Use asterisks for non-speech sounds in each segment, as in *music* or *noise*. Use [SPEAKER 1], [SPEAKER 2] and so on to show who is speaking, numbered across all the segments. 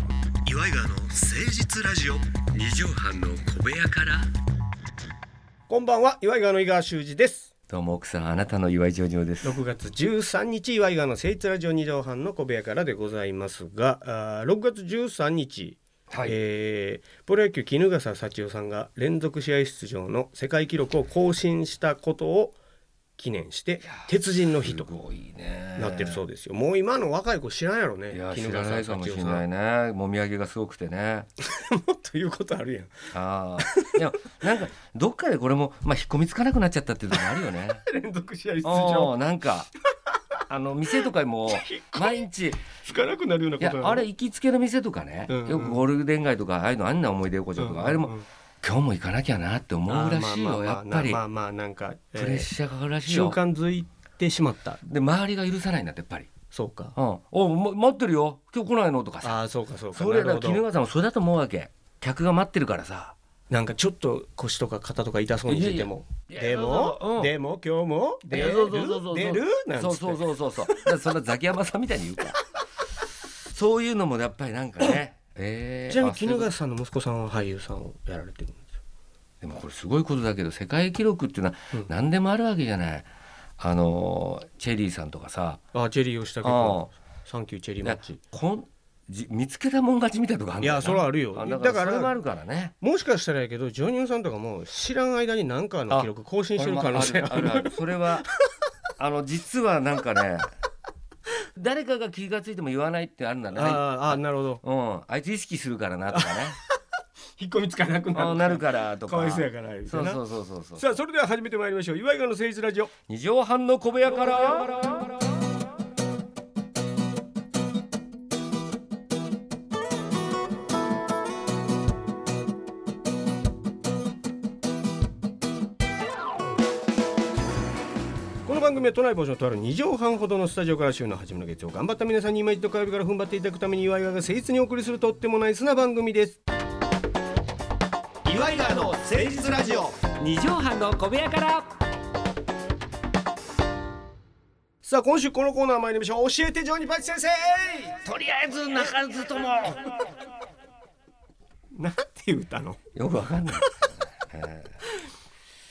[SPEAKER 1] イガーの誠実ラジオ
[SPEAKER 2] 二畳半の小部屋から
[SPEAKER 1] こんばんは岩井川の井川修司です
[SPEAKER 2] どうも奥さんあなたの岩井ジョジョです
[SPEAKER 1] 6月13日岩井川の誠実ラジオ二畳半の小部屋からでございますがあー6月13日、
[SPEAKER 2] はい
[SPEAKER 1] えープロ野球衣笠幸代さんが連続試合出場の世界記録を更新したことを記念して鉄人の日と
[SPEAKER 2] すごいね
[SPEAKER 1] なってるそうですよもう今の若い子知らんやろね
[SPEAKER 2] いや知
[SPEAKER 1] 衣
[SPEAKER 2] ら
[SPEAKER 1] 笠
[SPEAKER 2] ない
[SPEAKER 1] 幸
[SPEAKER 2] かもし
[SPEAKER 1] 代
[SPEAKER 2] れ
[SPEAKER 1] さ
[SPEAKER 2] ない
[SPEAKER 1] ん
[SPEAKER 2] ねもみあげがすごくてね
[SPEAKER 1] もっ *laughs* ということあるやん
[SPEAKER 2] ああいやなんかどっかでこれもまあ引っ込みつかなくなっちゃったっていうのもあるよ *laughs* ね
[SPEAKER 1] 連続試合出
[SPEAKER 2] ああ
[SPEAKER 1] 場
[SPEAKER 2] なんかあの店とか *laughs* も毎日い
[SPEAKER 1] つかなくなるようなこと
[SPEAKER 2] や
[SPEAKER 1] なの
[SPEAKER 2] あれ行きつけの店とかね、
[SPEAKER 1] うんうん
[SPEAKER 2] よくゴールデン街とかああいうのあんな思い出横丁とか、あれも今日も行かなきゃなって思うらしいよ、やっぱり、
[SPEAKER 1] まあまあなんか、えー
[SPEAKER 2] プレッシャーかかるらしい
[SPEAKER 1] 習
[SPEAKER 2] よ
[SPEAKER 1] 慣づいてしまった
[SPEAKER 2] で周りが許さないんだってやっぱり
[SPEAKER 1] そうか
[SPEAKER 2] 「うん、おま待ってるよ今日来ないの?」とかさ
[SPEAKER 1] ああそうかそうか
[SPEAKER 2] それだ
[SPEAKER 1] なるほ
[SPEAKER 2] 衣
[SPEAKER 1] ど
[SPEAKER 2] 川さんもそれだと思うわけ客が待ってるからさ
[SPEAKER 1] なんかちょっと腰とか肩とか痛そうにしてても
[SPEAKER 2] いやいやいや
[SPEAKER 1] で
[SPEAKER 2] そうそうう
[SPEAKER 1] も
[SPEAKER 2] ん
[SPEAKER 1] でも今日も出る
[SPEAKER 2] そうそうそうそう
[SPEAKER 1] 出るなんつ
[SPEAKER 2] そ
[SPEAKER 1] って
[SPEAKER 2] うそうそうそうそうだからそんなザキヤマさんみたいに言う
[SPEAKER 1] *laughs*
[SPEAKER 2] かそういうのもやっぱりなんかねえー
[SPEAKER 1] ちなみ
[SPEAKER 2] あ
[SPEAKER 1] に
[SPEAKER 2] そうい
[SPEAKER 1] 衣
[SPEAKER 2] うこと
[SPEAKER 1] 笠さんの息子さんは俳優さんをやられてるんですよ
[SPEAKER 2] でもこれすごいことだけど世界記録っていうのは何でもあるわけじゃない、あのーチェリーさんとかさ
[SPEAKER 1] あーチェリーをしたけ
[SPEAKER 2] あ
[SPEAKER 1] どサンキューチェリーマッチ
[SPEAKER 2] こんじ見つけたもん勝ちみたいなとこあるんだよない
[SPEAKER 1] やそれはあるよ
[SPEAKER 2] だか
[SPEAKER 1] だ
[SPEAKER 2] ら
[SPEAKER 1] から
[SPEAKER 2] それもあるからね
[SPEAKER 1] もしかしたらやけどジョニオさんとかも知らん間に何かの記録更新してる可能性あ
[SPEAKER 2] あ
[SPEAKER 1] る
[SPEAKER 2] るあるそれは *laughs* あの実はなんかね誰かが気がついても言わないってあるんだね
[SPEAKER 1] *laughs* あーあーなるほど
[SPEAKER 2] うん、あいつ意識するからなとかね
[SPEAKER 1] *laughs* 引っ込みつかなく
[SPEAKER 2] あなるからとか
[SPEAKER 1] かわいそうやから言うて
[SPEAKER 2] そう
[SPEAKER 1] な
[SPEAKER 2] そうそうそうそう
[SPEAKER 1] さあそれでは始めてまいりましょう岩井川の誠実ラジオ
[SPEAKER 2] 二畳半の小部屋から
[SPEAKER 1] この番組は都内防止のとある2畳半ほどのスタジオから週の初めの月曜頑張った皆さんに今一度火曜日から踏ん張っていただくために岩井川が誠実にお送りするとってもナイスな番組です岩井川の誠実ラジオ
[SPEAKER 2] 二畳半の小部屋から
[SPEAKER 1] さあ今週このコーナー参りましょう教えてジョニーパチ先生
[SPEAKER 2] とりあえず中津とも
[SPEAKER 1] なんていう歌の
[SPEAKER 2] よくわかんない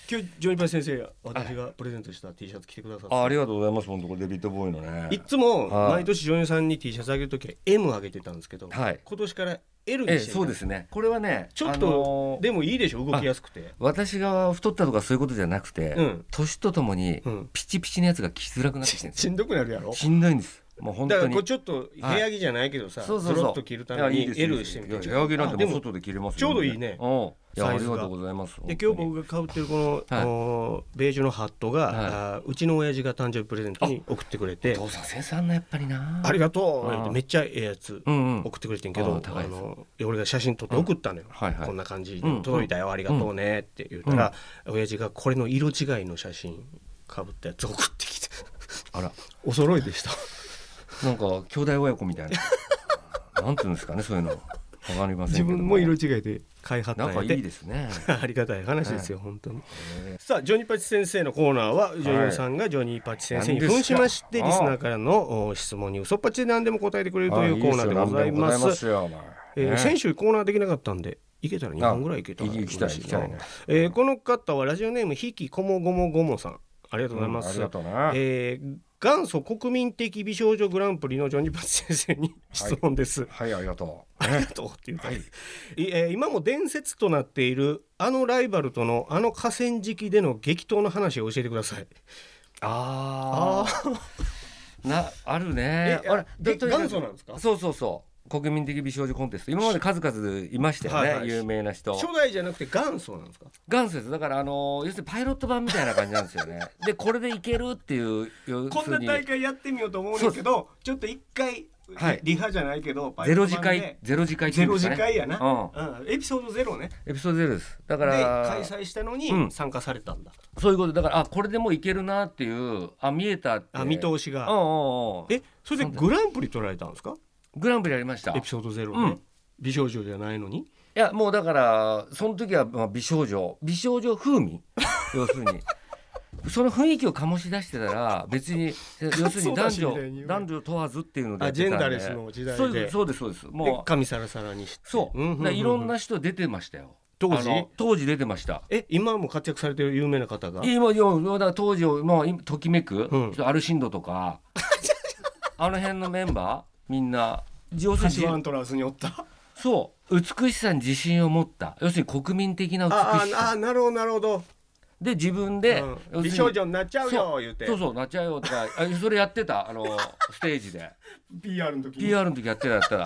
[SPEAKER 1] 今日ジョニーパチ先生私がプレゼントした T シャツ着てくださって
[SPEAKER 2] あありがとうございます本当これデビッドボーイのね
[SPEAKER 1] いつも
[SPEAKER 2] はい
[SPEAKER 1] 毎年ジョニーさんに T シャツあげるときは M あげてたんですけど、
[SPEAKER 2] はい
[SPEAKER 1] 今年から L
[SPEAKER 2] ええ
[SPEAKER 1] にしてみた
[SPEAKER 2] そうですねこれはね
[SPEAKER 1] ちょっ
[SPEAKER 2] あの
[SPEAKER 1] と
[SPEAKER 2] ー
[SPEAKER 1] でもいいでしょ動きやすくて
[SPEAKER 2] 私が太ったとかそういうことじゃなくて、
[SPEAKER 1] うん
[SPEAKER 2] 年とともに
[SPEAKER 1] うん
[SPEAKER 2] ピチピチのやつが着づらくなってきてるんですよ
[SPEAKER 1] しんどくなるやろ
[SPEAKER 2] しんどいんですもう本
[SPEAKER 1] だか
[SPEAKER 2] 当
[SPEAKER 1] ら
[SPEAKER 2] に
[SPEAKER 1] これちょっと部屋着じゃないけどさ、
[SPEAKER 2] そうそ
[SPEAKER 1] そう
[SPEAKER 2] そ
[SPEAKER 1] ろ
[SPEAKER 2] う
[SPEAKER 1] っと着るため
[SPEAKER 2] いやいい
[SPEAKER 1] に
[SPEAKER 2] です
[SPEAKER 1] L してみて
[SPEAKER 2] いや上着なんて
[SPEAKER 1] で
[SPEAKER 2] もう
[SPEAKER 1] も
[SPEAKER 2] 外で着れますよ
[SPEAKER 1] ちょうどいいね
[SPEAKER 2] うんいやあ
[SPEAKER 1] サイ
[SPEAKER 2] り
[SPEAKER 1] ズ
[SPEAKER 2] が
[SPEAKER 1] が
[SPEAKER 2] とうございます
[SPEAKER 1] で今
[SPEAKER 2] 本
[SPEAKER 1] 日
[SPEAKER 2] 当に
[SPEAKER 1] 僕がかぶってるこの、
[SPEAKER 2] はい
[SPEAKER 1] あのーベージュのハットが、
[SPEAKER 2] はい
[SPEAKER 1] あーうちの親父が誕生日プレゼントに送ってくれて
[SPEAKER 2] 父さんセンスあんなやっぱりな
[SPEAKER 1] ありがとう
[SPEAKER 2] あー
[SPEAKER 1] 言ってめっちゃええやつ
[SPEAKER 2] うんうん
[SPEAKER 1] 送ってくれてんけど、
[SPEAKER 2] あー
[SPEAKER 1] あ
[SPEAKER 2] 高いです
[SPEAKER 1] のー俺が写真撮って送ったのよ、
[SPEAKER 2] はいはい
[SPEAKER 1] こんな感じで
[SPEAKER 2] うん
[SPEAKER 1] 届いたよ、ありがとうねって言ったら、親父がこれの色違いの写真かぶったやつ送ってきて
[SPEAKER 2] あら
[SPEAKER 1] お揃いでした
[SPEAKER 2] なんか兄弟親子みたい *laughs* ななんていうんですかねそういうのわかりませんけ
[SPEAKER 1] *laughs* 自
[SPEAKER 2] ど
[SPEAKER 1] 分も色違いで買いはったん
[SPEAKER 2] な
[SPEAKER 1] や
[SPEAKER 2] ん
[SPEAKER 1] て
[SPEAKER 2] かいいですね
[SPEAKER 1] *laughs* ありがたい話ですよ、本当に。さあ、ジョニーパチ先生のコーナーは、ジョニオさんがジョニーパチ先生に
[SPEAKER 2] 何
[SPEAKER 1] 扮
[SPEAKER 2] です
[SPEAKER 1] し
[SPEAKER 2] か
[SPEAKER 1] まして、リスナーからのお質問に嘘っぱちで何でも答えてくれるというコーナーでござい
[SPEAKER 2] あ
[SPEAKER 1] ま。
[SPEAKER 2] いいですすよなんでもございますよ
[SPEAKER 1] えー
[SPEAKER 2] ね
[SPEAKER 1] 先週コーナーできなかったんで、いけたら2本ぐらいいけたら
[SPEAKER 2] あいい行きたい
[SPEAKER 1] 嬉し
[SPEAKER 2] 行きたいね
[SPEAKER 1] えーこの方はラジオネームひきこもごもごもさん。ありがとうございま
[SPEAKER 2] うんあ
[SPEAKER 1] す。
[SPEAKER 2] りがとうな
[SPEAKER 1] えー元祖国民的美少女グランプリのジョニーパチ先生に *laughs* 質問です。
[SPEAKER 2] はいありがとう
[SPEAKER 1] ありがとうっていうか、いえー今も伝説となっているあのライバルとのあの河川敷での激闘の話を教えてください。
[SPEAKER 2] ああなあるね
[SPEAKER 1] え
[SPEAKER 2] あれ
[SPEAKER 1] で
[SPEAKER 2] でとにかく
[SPEAKER 1] 元祖なんですか
[SPEAKER 2] そうそうそう国民的美少女コンテスト今まで数々いましたよね、
[SPEAKER 1] はいはい
[SPEAKER 2] 有名な人
[SPEAKER 1] 初代じゃなくて元祖なんですか。
[SPEAKER 2] 元祖ですだからあのー要するにパイロット版みたいな感じなんです
[SPEAKER 1] *laughs*
[SPEAKER 2] よねでこれでいけるっていう要
[SPEAKER 1] こ
[SPEAKER 2] す
[SPEAKER 1] ん
[SPEAKER 2] る
[SPEAKER 1] な
[SPEAKER 2] に
[SPEAKER 1] 大会やってみようと思うんだけど、ちょっと一回、
[SPEAKER 2] はい
[SPEAKER 1] リハじゃないけど、
[SPEAKER 2] ゼロ次
[SPEAKER 1] パイロット版
[SPEAKER 2] 回
[SPEAKER 1] で
[SPEAKER 2] ゼロ次回ってい
[SPEAKER 1] ゼ
[SPEAKER 2] うん
[SPEAKER 1] ロ
[SPEAKER 2] ですか
[SPEAKER 1] 次
[SPEAKER 2] ね
[SPEAKER 1] 回やな、うんエピソードゼロね。
[SPEAKER 2] エピソードゼロですだか
[SPEAKER 1] で
[SPEAKER 2] ら
[SPEAKER 1] 開催したの
[SPEAKER 2] う
[SPEAKER 1] に
[SPEAKER 2] ん
[SPEAKER 1] 参加されたんだ。
[SPEAKER 2] そういうことだからあこれでもういけるなっていうあ見えたって
[SPEAKER 1] あ見通し
[SPEAKER 2] うん
[SPEAKER 1] が。
[SPEAKER 2] うんうん
[SPEAKER 1] えそれでグランプリ取られたんですか。
[SPEAKER 2] グランプリありました
[SPEAKER 1] エピソードゼロね、
[SPEAKER 2] うん
[SPEAKER 1] 美少女じゃないのに。
[SPEAKER 2] いや
[SPEAKER 1] *laughs*
[SPEAKER 2] もうだからその時はまあ美少女美少女風味要するにその雰囲気を醸し出してたら別
[SPEAKER 1] *laughs*
[SPEAKER 2] に要するに男
[SPEAKER 1] みたいに言
[SPEAKER 2] 女
[SPEAKER 1] う
[SPEAKER 2] 男女問わずっていうのでやってたんで
[SPEAKER 1] あジェンダーレスの時代で
[SPEAKER 2] そうですそうですそうです
[SPEAKER 1] で
[SPEAKER 2] もう
[SPEAKER 1] 髪サラサラにして
[SPEAKER 2] そう,、
[SPEAKER 1] んんんん
[SPEAKER 2] いろんな人出てましたよ
[SPEAKER 1] 当時
[SPEAKER 2] あの当時出てました
[SPEAKER 1] え今も活躍されてる有名な方が
[SPEAKER 2] 今今だから当時をもう今ときめく、
[SPEAKER 1] うん
[SPEAKER 2] ちょっとアルシンドと
[SPEAKER 1] *laughs*
[SPEAKER 2] かあの辺のメンバーみんな要する
[SPEAKER 1] 柏アン
[SPEAKER 2] に
[SPEAKER 1] トラースにおった
[SPEAKER 2] そう美しさに自信を持った要するに国民的な
[SPEAKER 1] あ
[SPEAKER 2] 美し
[SPEAKER 1] あ
[SPEAKER 2] さ
[SPEAKER 1] あなるほどなるほど、
[SPEAKER 2] で自分で、
[SPEAKER 1] うん、
[SPEAKER 2] 要
[SPEAKER 1] 美
[SPEAKER 2] する
[SPEAKER 1] 少
[SPEAKER 2] に
[SPEAKER 1] 女になっちゃうよ言うて
[SPEAKER 2] そうそうなっちゃうよとかあそれやって
[SPEAKER 1] *laughs*
[SPEAKER 2] たあのステージで
[SPEAKER 1] PR の時に
[SPEAKER 2] PR の時やってたやったら。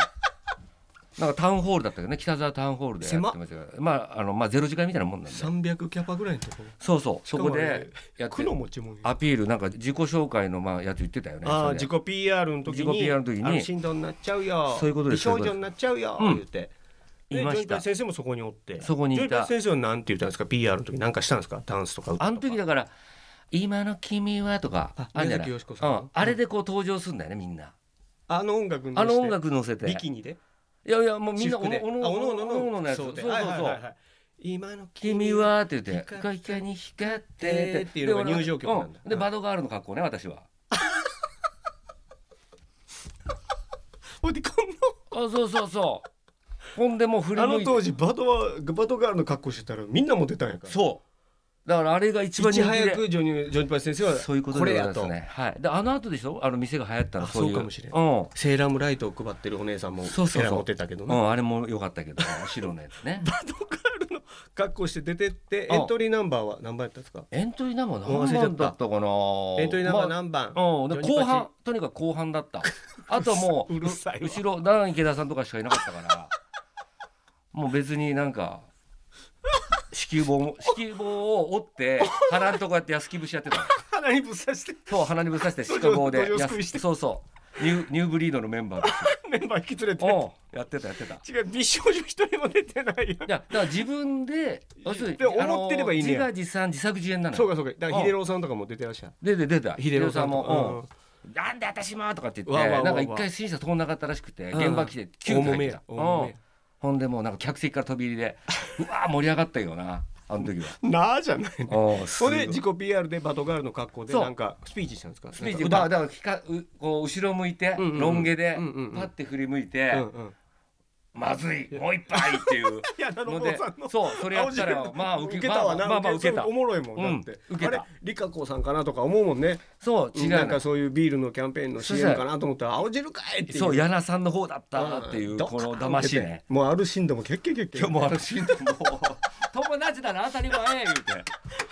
[SPEAKER 2] なんかタウンホールだったよね北沢タウンホールでやってましたからまああのまあゼロ時間みたいなもんなんで
[SPEAKER 1] 300キャパぐらいのところ
[SPEAKER 2] そうそうそこでやって
[SPEAKER 1] 区の持ち物
[SPEAKER 2] アピールなんか自己紹介のまあやつ言ってたよね
[SPEAKER 1] あ
[SPEAKER 2] そ
[SPEAKER 1] あ
[SPEAKER 2] れ
[SPEAKER 1] 自己 PR の時に
[SPEAKER 2] 自己 PR の時に
[SPEAKER 1] あ振動になっちゃうよ
[SPEAKER 2] そういうことです
[SPEAKER 1] 美少女になっちゃうよ、
[SPEAKER 2] うん
[SPEAKER 1] 言って
[SPEAKER 2] いました
[SPEAKER 1] でジョイパン先生もそこにおって
[SPEAKER 2] そこにいた
[SPEAKER 1] ジョイパン先生はなんて言ったんですか PR の時なんかしたんですかダンスとか歌
[SPEAKER 2] あの時だから「今の君は」とか
[SPEAKER 1] あ
[SPEAKER 2] あんじゃない
[SPEAKER 1] 宮崎美子さんの
[SPEAKER 2] うんあれでこう登場するんだよねみんな
[SPEAKER 1] あの音楽にして
[SPEAKER 2] あの音楽乗せて
[SPEAKER 1] ビキニで
[SPEAKER 2] いやいやもうみんなお
[SPEAKER 1] 私
[SPEAKER 2] の
[SPEAKER 1] 服で
[SPEAKER 2] おの
[SPEAKER 1] あ
[SPEAKER 2] おのおのおのやつそ
[SPEAKER 1] そうう
[SPEAKER 2] そう
[SPEAKER 1] ではいはい
[SPEAKER 2] そ
[SPEAKER 1] はいは
[SPEAKER 2] う
[SPEAKER 1] い今の
[SPEAKER 2] 君はって言って「
[SPEAKER 1] 光
[SPEAKER 2] 光
[SPEAKER 1] っ
[SPEAKER 2] に光って」
[SPEAKER 1] てっていうのが入場曲なん
[SPEAKER 2] で
[SPEAKER 1] だ
[SPEAKER 2] 俺うんでバドガールの格好ね私は
[SPEAKER 1] ほいでこ
[SPEAKER 2] あそうそうそうほんでもう振
[SPEAKER 1] の
[SPEAKER 2] り
[SPEAKER 1] あ
[SPEAKER 2] 向
[SPEAKER 1] の
[SPEAKER 2] い
[SPEAKER 1] 当
[SPEAKER 2] て
[SPEAKER 1] 時バドはバドガールの格好してたらみんなモテたんやから
[SPEAKER 2] そうだからあれが一
[SPEAKER 1] 一
[SPEAKER 2] 番人
[SPEAKER 1] 番
[SPEAKER 2] 気
[SPEAKER 1] 早
[SPEAKER 2] で
[SPEAKER 1] くジョニージョニーパイ先生は
[SPEAKER 2] そういうこと
[SPEAKER 1] こ
[SPEAKER 2] で
[SPEAKER 1] れ
[SPEAKER 2] ございま
[SPEAKER 1] や
[SPEAKER 2] す
[SPEAKER 1] と
[SPEAKER 2] ねはいであの後でしょあの店が流行ったの
[SPEAKER 1] あ
[SPEAKER 2] そういう
[SPEAKER 1] そうかもしれ
[SPEAKER 2] ないうん
[SPEAKER 1] セーラームライトを配ってるお姉さんも
[SPEAKER 2] そうそうそう
[SPEAKER 1] えらいモテたけど
[SPEAKER 2] う
[SPEAKER 1] ね
[SPEAKER 2] んあれも良かったけど白のやつ
[SPEAKER 1] *laughs*
[SPEAKER 2] ね
[SPEAKER 1] バドガールの格好して出てって
[SPEAKER 2] うん
[SPEAKER 1] エントリーナンバーは何番やったんですか
[SPEAKER 2] エントリーナンバー
[SPEAKER 1] 忘
[SPEAKER 2] 何
[SPEAKER 1] れちゃった
[SPEAKER 2] 番だったかな
[SPEAKER 1] エントリーナンバー
[SPEAKER 2] まあ
[SPEAKER 1] 何番、
[SPEAKER 2] うん、で
[SPEAKER 1] ジョニー
[SPEAKER 2] 後半とにかく後半だった
[SPEAKER 1] *laughs*
[SPEAKER 2] あとはもう
[SPEAKER 1] うるさいわ
[SPEAKER 2] 後ろダン池田さんとかしかいなかったから *laughs* もう別になんか子宮棒も子宮棒を折って鼻のとこやって安き節やってたの
[SPEAKER 1] 鼻にぶっ刺して *laughs*
[SPEAKER 2] そう鼻にぶっ刺して四角棒で
[SPEAKER 1] 土壌土壌
[SPEAKER 2] や
[SPEAKER 1] すくいして
[SPEAKER 2] そうそうニューニューブリードのメンバーで
[SPEAKER 1] メンバー引き連れて
[SPEAKER 2] おうやってたやってたい
[SPEAKER 1] 違う美少女一人も出てないよ
[SPEAKER 2] やだから自分で要する
[SPEAKER 1] で
[SPEAKER 2] にあの
[SPEAKER 1] 思ってればいいね
[SPEAKER 2] 自画自賛自作自演なの
[SPEAKER 1] そう
[SPEAKER 2] よ
[SPEAKER 1] かそうかだから
[SPEAKER 2] うん
[SPEAKER 1] 秀郎さんとかも出てらっしゃる
[SPEAKER 2] でで出た秀夫さんも
[SPEAKER 1] う
[SPEAKER 2] うんなんで私もとかって言
[SPEAKER 1] わあ
[SPEAKER 2] っ
[SPEAKER 1] わあわ
[SPEAKER 2] て
[SPEAKER 1] あ
[SPEAKER 2] なんか一回審査通んなかったらしくて
[SPEAKER 1] うん
[SPEAKER 2] 現場来て急
[SPEAKER 1] 大
[SPEAKER 2] 遽
[SPEAKER 1] 揉め
[SPEAKER 2] 入っ
[SPEAKER 1] や
[SPEAKER 2] てた
[SPEAKER 1] 大揉め
[SPEAKER 2] う
[SPEAKER 1] や
[SPEAKER 2] んほんでもうなんか客席から飛び入りでうわー盛り上がったよなあの時は
[SPEAKER 1] *laughs* んなあじゃないの
[SPEAKER 2] うんす
[SPEAKER 1] そ
[SPEAKER 2] ご
[SPEAKER 1] れで
[SPEAKER 2] い
[SPEAKER 1] 自己 PR でバトガールの格好で
[SPEAKER 2] そう
[SPEAKER 1] なんかスピーチしたんですか
[SPEAKER 2] スピーチ
[SPEAKER 1] な
[SPEAKER 2] まあ
[SPEAKER 1] んか
[SPEAKER 2] だからひかうこう後ろ向いて
[SPEAKER 1] うんうんうん
[SPEAKER 2] ロン毛で
[SPEAKER 1] うんうんうん
[SPEAKER 2] パッて振り向いて
[SPEAKER 1] 歌うんうん
[SPEAKER 2] まずいもう一杯って
[SPEAKER 1] *laughs*
[SPEAKER 2] いう
[SPEAKER 1] 矢田
[SPEAKER 2] の
[SPEAKER 1] の
[SPEAKER 2] で
[SPEAKER 1] 坊さんの
[SPEAKER 2] そうそれやったらまあ受け
[SPEAKER 1] たわな
[SPEAKER 2] まあまあ受けた
[SPEAKER 1] おもろいもんだって
[SPEAKER 2] うん受けた
[SPEAKER 1] あれ理香子さんかなとか思うもんね
[SPEAKER 2] そう違う
[SPEAKER 1] なん
[SPEAKER 2] の
[SPEAKER 1] かそういうビールのキャンペーンの
[SPEAKER 2] そうそう
[SPEAKER 1] CM かなと思ったら青汁かいっていう
[SPEAKER 2] そう矢名さんの方だったっていう
[SPEAKER 1] ドカ
[SPEAKER 2] こ
[SPEAKER 1] ーン
[SPEAKER 2] の騙しね
[SPEAKER 1] もうあるシーンでも結局結
[SPEAKER 2] 今
[SPEAKER 1] 局
[SPEAKER 2] 日もあるしんとも *laughs* う友達だな当たり前言うて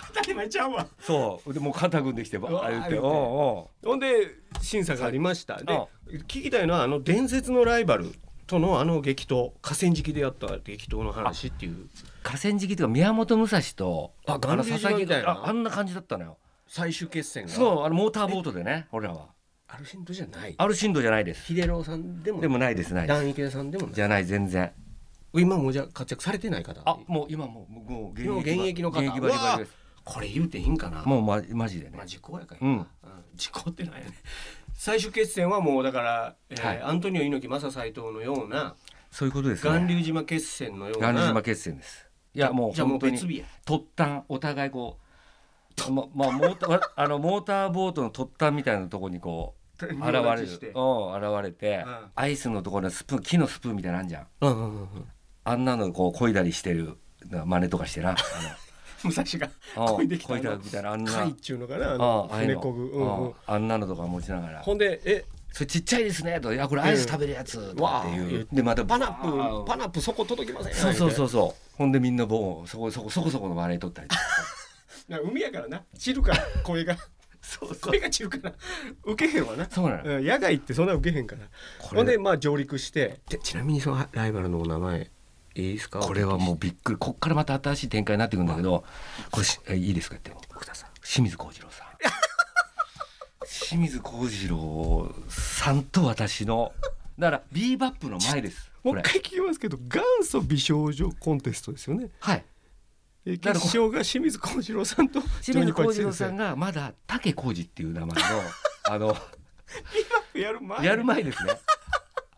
[SPEAKER 1] 当たり前ちゃうわ
[SPEAKER 2] そうでもう肩組んできてば
[SPEAKER 1] うわー
[SPEAKER 2] 言って
[SPEAKER 1] 言うて
[SPEAKER 2] お
[SPEAKER 1] ほんで審査がありましたで
[SPEAKER 2] ああ
[SPEAKER 1] 聞きたいのはあの伝説のライバルとのあの激闘河川敷でやった激闘の話っていう
[SPEAKER 2] うおう河川敷とか宮本武蔵と
[SPEAKER 1] あ
[SPEAKER 2] あの
[SPEAKER 1] 巌流島みたいな
[SPEAKER 2] ああんな感じだったのよ
[SPEAKER 1] 最終決戦が
[SPEAKER 2] そうあのモーターボートでね俺らは
[SPEAKER 1] アルシンドじゃない
[SPEAKER 2] ある震度じゃないです
[SPEAKER 1] 秀郎さんでも
[SPEAKER 2] でもないですないです
[SPEAKER 1] ダン池田さんでもない
[SPEAKER 2] じゃない全然
[SPEAKER 1] 今もうじゃあ活躍されてない方
[SPEAKER 2] あもう今もうもう現
[SPEAKER 1] 今現役の方
[SPEAKER 2] 現役バリバリです
[SPEAKER 1] うわこれ言うていいんかな
[SPEAKER 2] もうまマジでね
[SPEAKER 1] まあ時効やから
[SPEAKER 2] う
[SPEAKER 1] な、
[SPEAKER 2] ん
[SPEAKER 1] うん時効ってなんやね最終決戦はもうだから、えー
[SPEAKER 2] はい
[SPEAKER 1] アントニオ猪木正斎藤のような
[SPEAKER 2] そういうことです
[SPEAKER 1] 巌
[SPEAKER 2] ね
[SPEAKER 1] 流島決戦のような
[SPEAKER 2] 巌流島決戦ですいやもう
[SPEAKER 1] じゃあも
[SPEAKER 2] 本
[SPEAKER 1] う
[SPEAKER 2] 当に
[SPEAKER 1] 別日や
[SPEAKER 2] 突端お互いこうままあモーターわあのモーターボートの突端みたいなところにこう
[SPEAKER 1] 現
[SPEAKER 2] 現
[SPEAKER 1] *laughs*
[SPEAKER 2] れるうん現れて、
[SPEAKER 1] うん
[SPEAKER 2] アイスのところのスプーン木のスプーンみたいなのあんじゃん
[SPEAKER 1] うんうんうんうん
[SPEAKER 2] あんなのこう漕いだりしてる真似とかしてな
[SPEAKER 1] *laughs* 武蔵が
[SPEAKER 2] あの
[SPEAKER 1] こいできた
[SPEAKER 2] 漕
[SPEAKER 1] あ
[SPEAKER 2] いだ
[SPEAKER 1] の
[SPEAKER 2] みたいなあんな
[SPEAKER 1] 貝っちゅうのかなあ
[SPEAKER 2] あ
[SPEAKER 1] の
[SPEAKER 2] あああいう
[SPEAKER 1] 船
[SPEAKER 2] の
[SPEAKER 1] こぐ、うんうん、
[SPEAKER 2] ああんなのとか持ちながら
[SPEAKER 1] ほんでえ
[SPEAKER 2] 「それちっちゃいですね」とか「いやこれアイス食べるやつ」とかって
[SPEAKER 1] う
[SPEAKER 2] い
[SPEAKER 1] ん
[SPEAKER 2] うでまた
[SPEAKER 1] パナッ
[SPEAKER 2] あ
[SPEAKER 1] プパナップそこ届きません
[SPEAKER 2] そうそうそううそうほんでみんなボーンそこそこそこそこの笑い取ったりとか
[SPEAKER 1] 海やからな散るから声が *laughs* そう声が散るから受けへんわな
[SPEAKER 2] そうなの
[SPEAKER 1] うん野外ってそんな受けへんから
[SPEAKER 2] こ
[SPEAKER 1] ほんで
[SPEAKER 2] れ
[SPEAKER 1] まあ上陸してでちなみにそのライバルのお名前いいですか
[SPEAKER 2] これはもうびっくりこっからまた新しい展開になってくるんだけどこれしえいいですかっても
[SPEAKER 1] うください
[SPEAKER 2] 清水幸次郎さん清水幸次郎さんと私のだからビーバップの前です
[SPEAKER 1] *laughs* も
[SPEAKER 2] これ
[SPEAKER 1] う一回聞きますけど元祖美少女コンテストですよね
[SPEAKER 2] はい
[SPEAKER 1] え決勝が清水幸次郎さんと
[SPEAKER 2] 清水幸次郎さん
[SPEAKER 1] が
[SPEAKER 2] がまだ竹幸次っていう
[SPEAKER 1] *laughs*
[SPEAKER 2] 名前のあの
[SPEAKER 1] やる前
[SPEAKER 2] やる前ですね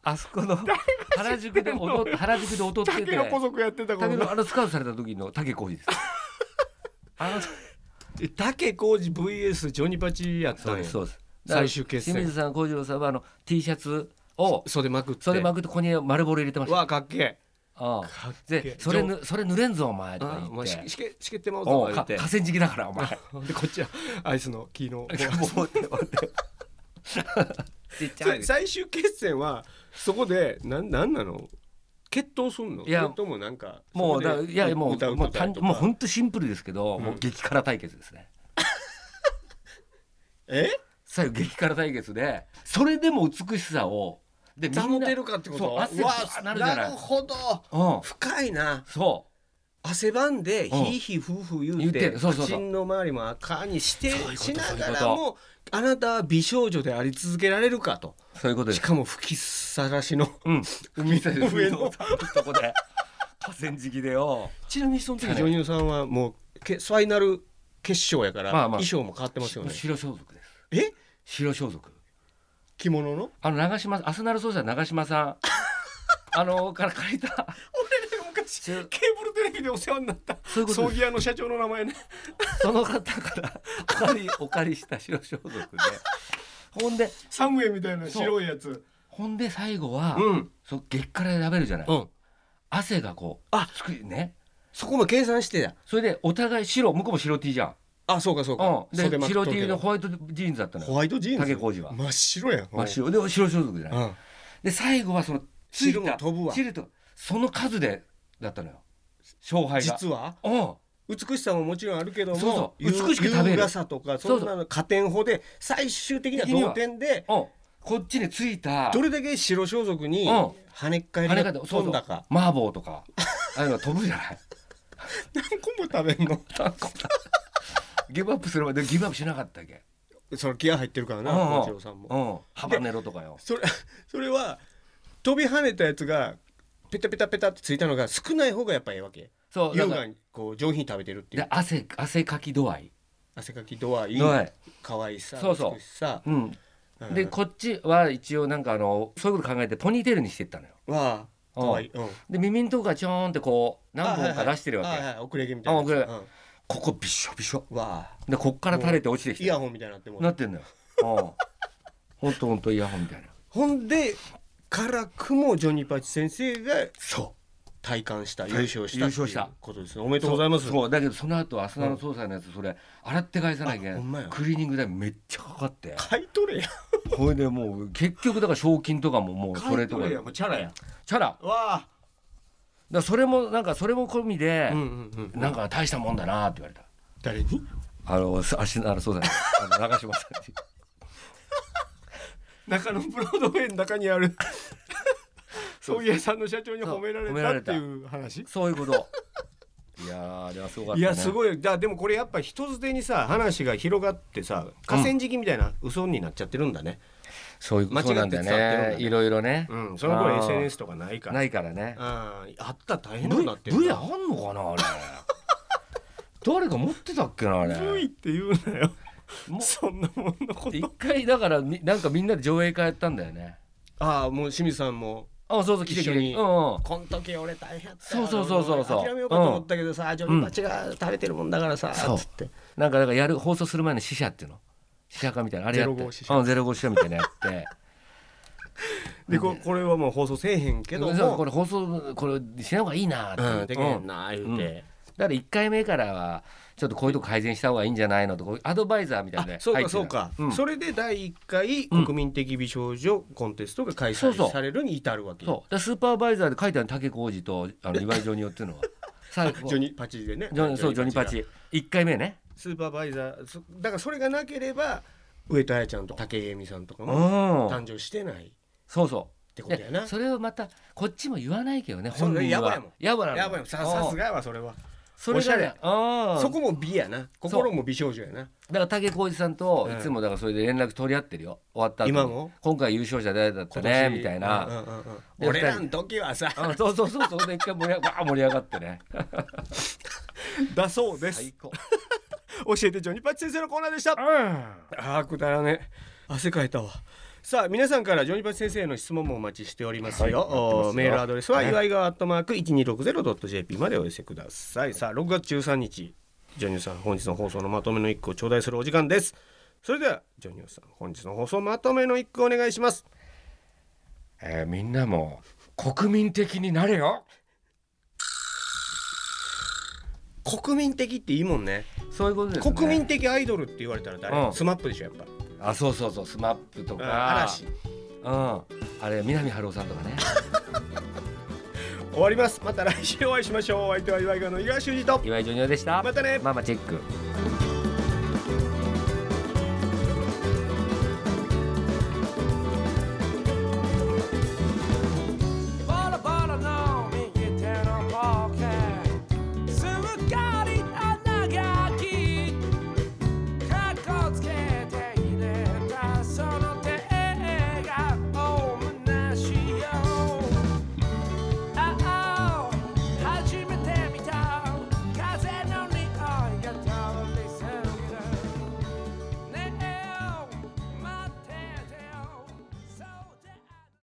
[SPEAKER 2] あそ
[SPEAKER 1] *laughs*
[SPEAKER 2] この原宿で踊っ原宿で踊って
[SPEAKER 1] 竹
[SPEAKER 2] て
[SPEAKER 1] の子族やってた頃
[SPEAKER 2] 竹
[SPEAKER 1] の *laughs*
[SPEAKER 2] のあのスカウトされた時の竹浩二です。あの
[SPEAKER 1] で竹浩二 VS ジョニパチやった
[SPEAKER 2] そうんで
[SPEAKER 1] や
[SPEAKER 2] すそうです
[SPEAKER 1] 最終決戦
[SPEAKER 2] 清水さん幸次郎さんはあの T シャツを
[SPEAKER 1] 袖まくって
[SPEAKER 2] それまくってここに丸ボール入れてました
[SPEAKER 1] わあかっけ
[SPEAKER 2] ああ
[SPEAKER 1] かっけえ
[SPEAKER 2] でそれぬそれ濡れんぞお前
[SPEAKER 1] え
[SPEAKER 2] とか
[SPEAKER 1] ああ
[SPEAKER 2] 言
[SPEAKER 1] も
[SPEAKER 2] っ
[SPEAKER 1] うしてしけしけってまう
[SPEAKER 2] お
[SPEAKER 1] ぞ
[SPEAKER 2] う
[SPEAKER 1] 言
[SPEAKER 2] か
[SPEAKER 1] っ
[SPEAKER 2] 河
[SPEAKER 1] て
[SPEAKER 2] 川敷だからお前
[SPEAKER 1] でこっちはアイスの木 *laughs* の
[SPEAKER 2] もう待って待ってちっちゃい
[SPEAKER 1] そ *laughs* 最終決戦はそこでなんなんなの決闘すんの
[SPEAKER 2] いや
[SPEAKER 1] それともなんか
[SPEAKER 2] もう
[SPEAKER 1] そこ
[SPEAKER 2] だ
[SPEAKER 1] で
[SPEAKER 2] いやも
[SPEAKER 1] 歌
[SPEAKER 2] う
[SPEAKER 1] う
[SPEAKER 2] もう
[SPEAKER 1] と
[SPEAKER 2] 単
[SPEAKER 1] か
[SPEAKER 2] もう本当シンプルですけど、もう激辛対決ですね
[SPEAKER 1] え
[SPEAKER 2] 最後激辛対決でそれでも美しさをでみんな
[SPEAKER 1] 保てるかってこと
[SPEAKER 2] そう汗
[SPEAKER 1] うわ
[SPEAKER 2] バーッなるじゃない
[SPEAKER 1] なるほど
[SPEAKER 2] うん
[SPEAKER 1] 深いな
[SPEAKER 2] そ
[SPEAKER 1] 汗ばんで
[SPEAKER 2] うん
[SPEAKER 1] ひいひいふうふう言
[SPEAKER 2] 言
[SPEAKER 1] う
[SPEAKER 2] う
[SPEAKER 1] て
[SPEAKER 2] てそうそうそう
[SPEAKER 1] 口の周りも赤にして
[SPEAKER 2] そういうこと
[SPEAKER 1] しなが
[SPEAKER 2] そう
[SPEAKER 1] ら
[SPEAKER 2] いう
[SPEAKER 1] もあなたは美少女であり続けられるかと
[SPEAKER 2] うそういうことです
[SPEAKER 1] しかも吹きさらしの
[SPEAKER 2] うん海の
[SPEAKER 1] 上
[SPEAKER 2] 上
[SPEAKER 1] の
[SPEAKER 2] のとこで河川敷でよ
[SPEAKER 1] ちなみにその時
[SPEAKER 2] はい
[SPEAKER 1] 女優さんはもうけファイナル決勝やから
[SPEAKER 2] まあまあ
[SPEAKER 1] 衣装も変わってます
[SPEAKER 2] *laughs*
[SPEAKER 1] よね
[SPEAKER 2] 白装束です
[SPEAKER 1] え
[SPEAKER 2] 白装束
[SPEAKER 1] 着物の
[SPEAKER 2] あの長島アスナル奏者長島
[SPEAKER 1] *laughs*
[SPEAKER 2] さんあのから借りた
[SPEAKER 1] 俺ね昔ケ
[SPEAKER 2] ち
[SPEAKER 1] ー
[SPEAKER 2] ょ
[SPEAKER 1] ブルテレビでお世話になった
[SPEAKER 2] そういうこと
[SPEAKER 1] 葬
[SPEAKER 2] です
[SPEAKER 1] 儀屋の社長の名前ね
[SPEAKER 2] その方からお借りお借りした白装束でほんで
[SPEAKER 1] サムエみたいな白いやつ
[SPEAKER 2] ほんで最後は、
[SPEAKER 1] うん
[SPEAKER 2] そう激辛で食べるじゃない、
[SPEAKER 1] うん
[SPEAKER 2] 汗がこう
[SPEAKER 1] あ
[SPEAKER 2] つくね
[SPEAKER 1] そこも計算してや
[SPEAKER 2] それでお互い白向こうも白 T じゃん、
[SPEAKER 1] あそうかそうか
[SPEAKER 2] うん、で
[SPEAKER 1] 袖まくっと
[SPEAKER 2] 白
[SPEAKER 1] るけ
[SPEAKER 2] T
[SPEAKER 1] ど
[SPEAKER 2] のホワイトジーンズだったの
[SPEAKER 1] ホ
[SPEAKER 2] よ
[SPEAKER 1] ワイトジーンズ
[SPEAKER 2] 竹小路は
[SPEAKER 1] 真っ白やん
[SPEAKER 2] 真っ白で白装束じゃない、
[SPEAKER 1] うん
[SPEAKER 2] で最後はそのつい
[SPEAKER 1] 汁も
[SPEAKER 2] た
[SPEAKER 1] 飛ぶわ
[SPEAKER 2] 汁とその数でだったのよ勝敗が
[SPEAKER 1] 実は
[SPEAKER 2] うん
[SPEAKER 1] 美しさももちろんあるけども
[SPEAKER 2] そうそう
[SPEAKER 1] 優
[SPEAKER 2] 美しく食べる
[SPEAKER 1] 優雅さとかそんなの加点法で最終的には同点で
[SPEAKER 2] うんこっちについた
[SPEAKER 1] どれだけ白装束に
[SPEAKER 2] うん
[SPEAKER 1] 跳ねっ返
[SPEAKER 2] あ
[SPEAKER 1] り
[SPEAKER 2] れ
[SPEAKER 1] が
[SPEAKER 2] がそ
[SPEAKER 1] 飛ん
[SPEAKER 2] う
[SPEAKER 1] だ
[SPEAKER 2] そう
[SPEAKER 1] か
[SPEAKER 2] 麻婆とかああいうの飛ぶじゃない
[SPEAKER 1] 何 *laughs* 個も食べんの
[SPEAKER 2] ギブアップするまでギブアップしなかったっけ
[SPEAKER 1] その気合入ってるからな幸次郎さんも
[SPEAKER 2] うんハバネロとかよ
[SPEAKER 1] それ *laughs* それは飛び跳ねたやつがペタペタペタってついたのが少ない方がやっぱええわけ
[SPEAKER 2] そう
[SPEAKER 1] 優
[SPEAKER 2] だから
[SPEAKER 1] 雅にこう上品に食べてるってい
[SPEAKER 2] で
[SPEAKER 1] う
[SPEAKER 2] 汗汗かき度合い
[SPEAKER 1] 汗かき度合い
[SPEAKER 2] 度合い
[SPEAKER 1] 可愛さ
[SPEAKER 2] そうそう
[SPEAKER 1] 美しさ
[SPEAKER 2] うん
[SPEAKER 1] うん
[SPEAKER 2] でこっちは一応なんかあのそういうこと考えてポニーテールにしてったのよ
[SPEAKER 1] は
[SPEAKER 2] うん
[SPEAKER 1] 可愛いうん
[SPEAKER 2] で耳のとこがちょーんってこう何本か出してるわ
[SPEAKER 1] あはい
[SPEAKER 2] け
[SPEAKER 1] はい遅れ毛みたいな
[SPEAKER 2] あ遅れ
[SPEAKER 1] うん
[SPEAKER 2] ここびしょびしょ
[SPEAKER 1] わあ
[SPEAKER 2] でこっから垂れて落ちてき
[SPEAKER 1] イ
[SPEAKER 2] て
[SPEAKER 1] ヤホンみたいになってもう
[SPEAKER 2] なってんの *laughs* ようんほんとほんとイヤホンみたいな
[SPEAKER 1] ほんでからくもジョニーパチ先生が
[SPEAKER 2] そう
[SPEAKER 1] 体感した優勝した
[SPEAKER 2] 優勝した
[SPEAKER 1] っていうことですねおめでとうございます
[SPEAKER 2] そうそうだけどその後アスナの捜査のやつそれ洗って返さなきゃいけ
[SPEAKER 1] あほんま
[SPEAKER 2] な
[SPEAKER 1] や
[SPEAKER 2] いクリーニング代めっちゃかかって
[SPEAKER 1] 買い取れや
[SPEAKER 2] ほいでもう結局だから賞金とかももうそれとかチ
[SPEAKER 1] うチャラや
[SPEAKER 2] ャラだか
[SPEAKER 1] わあ
[SPEAKER 2] らそれもなんかそれも込みで
[SPEAKER 1] うんうんうん
[SPEAKER 2] なんか大したもんだなって言われた
[SPEAKER 1] 誰に
[SPEAKER 2] あのすアスナの捜査のあの長嶋さんに
[SPEAKER 1] 中野ブロードウェイの中にあ
[SPEAKER 2] *laughs*
[SPEAKER 1] る葬儀屋さんの社長に
[SPEAKER 2] そう
[SPEAKER 1] 褒めら
[SPEAKER 2] 褒めら
[SPEAKER 1] れ
[SPEAKER 2] れ
[SPEAKER 1] た
[SPEAKER 2] た
[SPEAKER 1] っていう話
[SPEAKER 2] *laughs* そういうこといやーあれはすごかった、
[SPEAKER 1] い
[SPEAKER 2] ね、
[SPEAKER 1] やす
[SPEAKER 2] い
[SPEAKER 1] ごいだでもこれやっぱ人づてにさ話が広がってさ河川敷みたいな嘘になっちゃってるんだね、
[SPEAKER 2] そういう
[SPEAKER 1] 間違っ
[SPEAKER 2] そ
[SPEAKER 1] て
[SPEAKER 2] うなんだよ
[SPEAKER 1] 伝わってるんだ
[SPEAKER 2] ね
[SPEAKER 1] ね
[SPEAKER 2] いろいろね、
[SPEAKER 1] うんその頃
[SPEAKER 2] あー
[SPEAKER 1] SNS とかないから
[SPEAKER 2] ないからね
[SPEAKER 1] あーあったら大変なこ
[SPEAKER 2] V,
[SPEAKER 1] となってる
[SPEAKER 2] v あんのか *laughs* なあれ誰か持ってたっけなあれ
[SPEAKER 1] V って言うなよ
[SPEAKER 2] も
[SPEAKER 1] そんなもんのこ
[SPEAKER 2] 一
[SPEAKER 1] と
[SPEAKER 2] 回だからみなんかみんなで上映会やったんだよね
[SPEAKER 1] ああもう清水さんも
[SPEAKER 2] あそうそう
[SPEAKER 1] 一緒
[SPEAKER 2] 来てくれ
[SPEAKER 1] に
[SPEAKER 2] うんうん
[SPEAKER 1] こん時俺大変やった
[SPEAKER 2] そうそうそうそうそう
[SPEAKER 1] 諦めようかと思ったけどさ、ジョニーパチが食べてるもんだからさ、
[SPEAKER 2] そう
[SPEAKER 1] つって
[SPEAKER 2] なんかだからやる放送する前の試写っていうの試写化みたいなあれやって
[SPEAKER 1] 05試写
[SPEAKER 2] うん05試写みたいなや
[SPEAKER 1] *laughs*
[SPEAKER 2] って
[SPEAKER 1] でここれはもう放送せえへんけど
[SPEAKER 2] そう
[SPEAKER 1] も
[SPEAKER 2] これ放送これしない方がいいなって、
[SPEAKER 1] うん、できへ
[SPEAKER 2] うん
[SPEAKER 1] ん
[SPEAKER 2] だか
[SPEAKER 1] な言うて、
[SPEAKER 2] ら1回目からはちょっとこういうとこ改善した方がいいんじゃないのとこうアドバイザーみたいなの
[SPEAKER 1] あ
[SPEAKER 2] ね
[SPEAKER 1] そう
[SPEAKER 2] 入っ
[SPEAKER 1] か
[SPEAKER 2] てた
[SPEAKER 1] そうか、
[SPEAKER 2] うん
[SPEAKER 1] それで第一回
[SPEAKER 2] うん
[SPEAKER 1] 国民的美少女コンテストが開
[SPEAKER 2] そうそ
[SPEAKER 1] 催
[SPEAKER 2] う
[SPEAKER 1] されるに至るわけ
[SPEAKER 2] そうだからスーパーバイザーで書いてある竹浩二とあの岩井ジョニオっていうの
[SPEAKER 1] *laughs*
[SPEAKER 2] は最後
[SPEAKER 1] ジョニーパチでね
[SPEAKER 2] ジョニそうジョニーパチ1回目ね
[SPEAKER 1] スーパーバイザーそだからそれがなければ上戸彩ちゃんと武井絵美さんとか
[SPEAKER 2] う
[SPEAKER 1] も
[SPEAKER 2] ん
[SPEAKER 1] 誕生してないっ
[SPEAKER 2] そうそう
[SPEAKER 1] てことやな
[SPEAKER 2] でそれをまたこっちも言わないけどね
[SPEAKER 1] そう
[SPEAKER 2] 本人は
[SPEAKER 1] やばいもん
[SPEAKER 2] やばなの
[SPEAKER 1] やばいささすがやわそれは
[SPEAKER 2] それ
[SPEAKER 1] おし
[SPEAKER 2] が
[SPEAKER 1] ゃれ
[SPEAKER 2] ねああ
[SPEAKER 1] そこも美やな心も美少女やな
[SPEAKER 2] だから竹浩二さんと
[SPEAKER 1] うん
[SPEAKER 2] いつもだからそれで連絡取り合ってるよ終わった後に
[SPEAKER 1] 今も
[SPEAKER 2] 今回優勝者誰だったねみたいな、
[SPEAKER 1] うんうんうんうん
[SPEAKER 2] で
[SPEAKER 1] 俺らの時はさ
[SPEAKER 2] あそうそうそうそうで一回盛り上がわあ盛り上がってね
[SPEAKER 1] *laughs* だそうです、
[SPEAKER 2] 最高
[SPEAKER 1] 教えてジョニーパチ先生のコーナーでしたあーくだらね汗かいたわさあ皆さんからジョニパチ先生への質問もお待ちしておりますよ、
[SPEAKER 2] はい待ってますよ
[SPEAKER 1] おメールアドレスは
[SPEAKER 2] はい
[SPEAKER 1] 岩井川アットマーク 1260.jp までお寄せください、さあ6月13日ジョニオさん本日の放送のまとめの一句を頂戴するお時間ですそれではジョニオさん本日の放送まとめの一句お願いします
[SPEAKER 2] えーみんなも国民的になれよ
[SPEAKER 1] 国民的っていいもんね
[SPEAKER 2] そういうことですね
[SPEAKER 1] 国民的アイドルって言われたら誰、
[SPEAKER 2] うん
[SPEAKER 1] スマップでしょやっぱ
[SPEAKER 2] あそうそうそうスマップとか
[SPEAKER 1] 嵐
[SPEAKER 2] うんあれ南春夫さんとかね
[SPEAKER 1] 終わりますまた来週お会いしましょうお相手は岩井川の井川修司と
[SPEAKER 2] 岩井ジョニオでした
[SPEAKER 1] またね
[SPEAKER 2] ママチェック
[SPEAKER 1] 「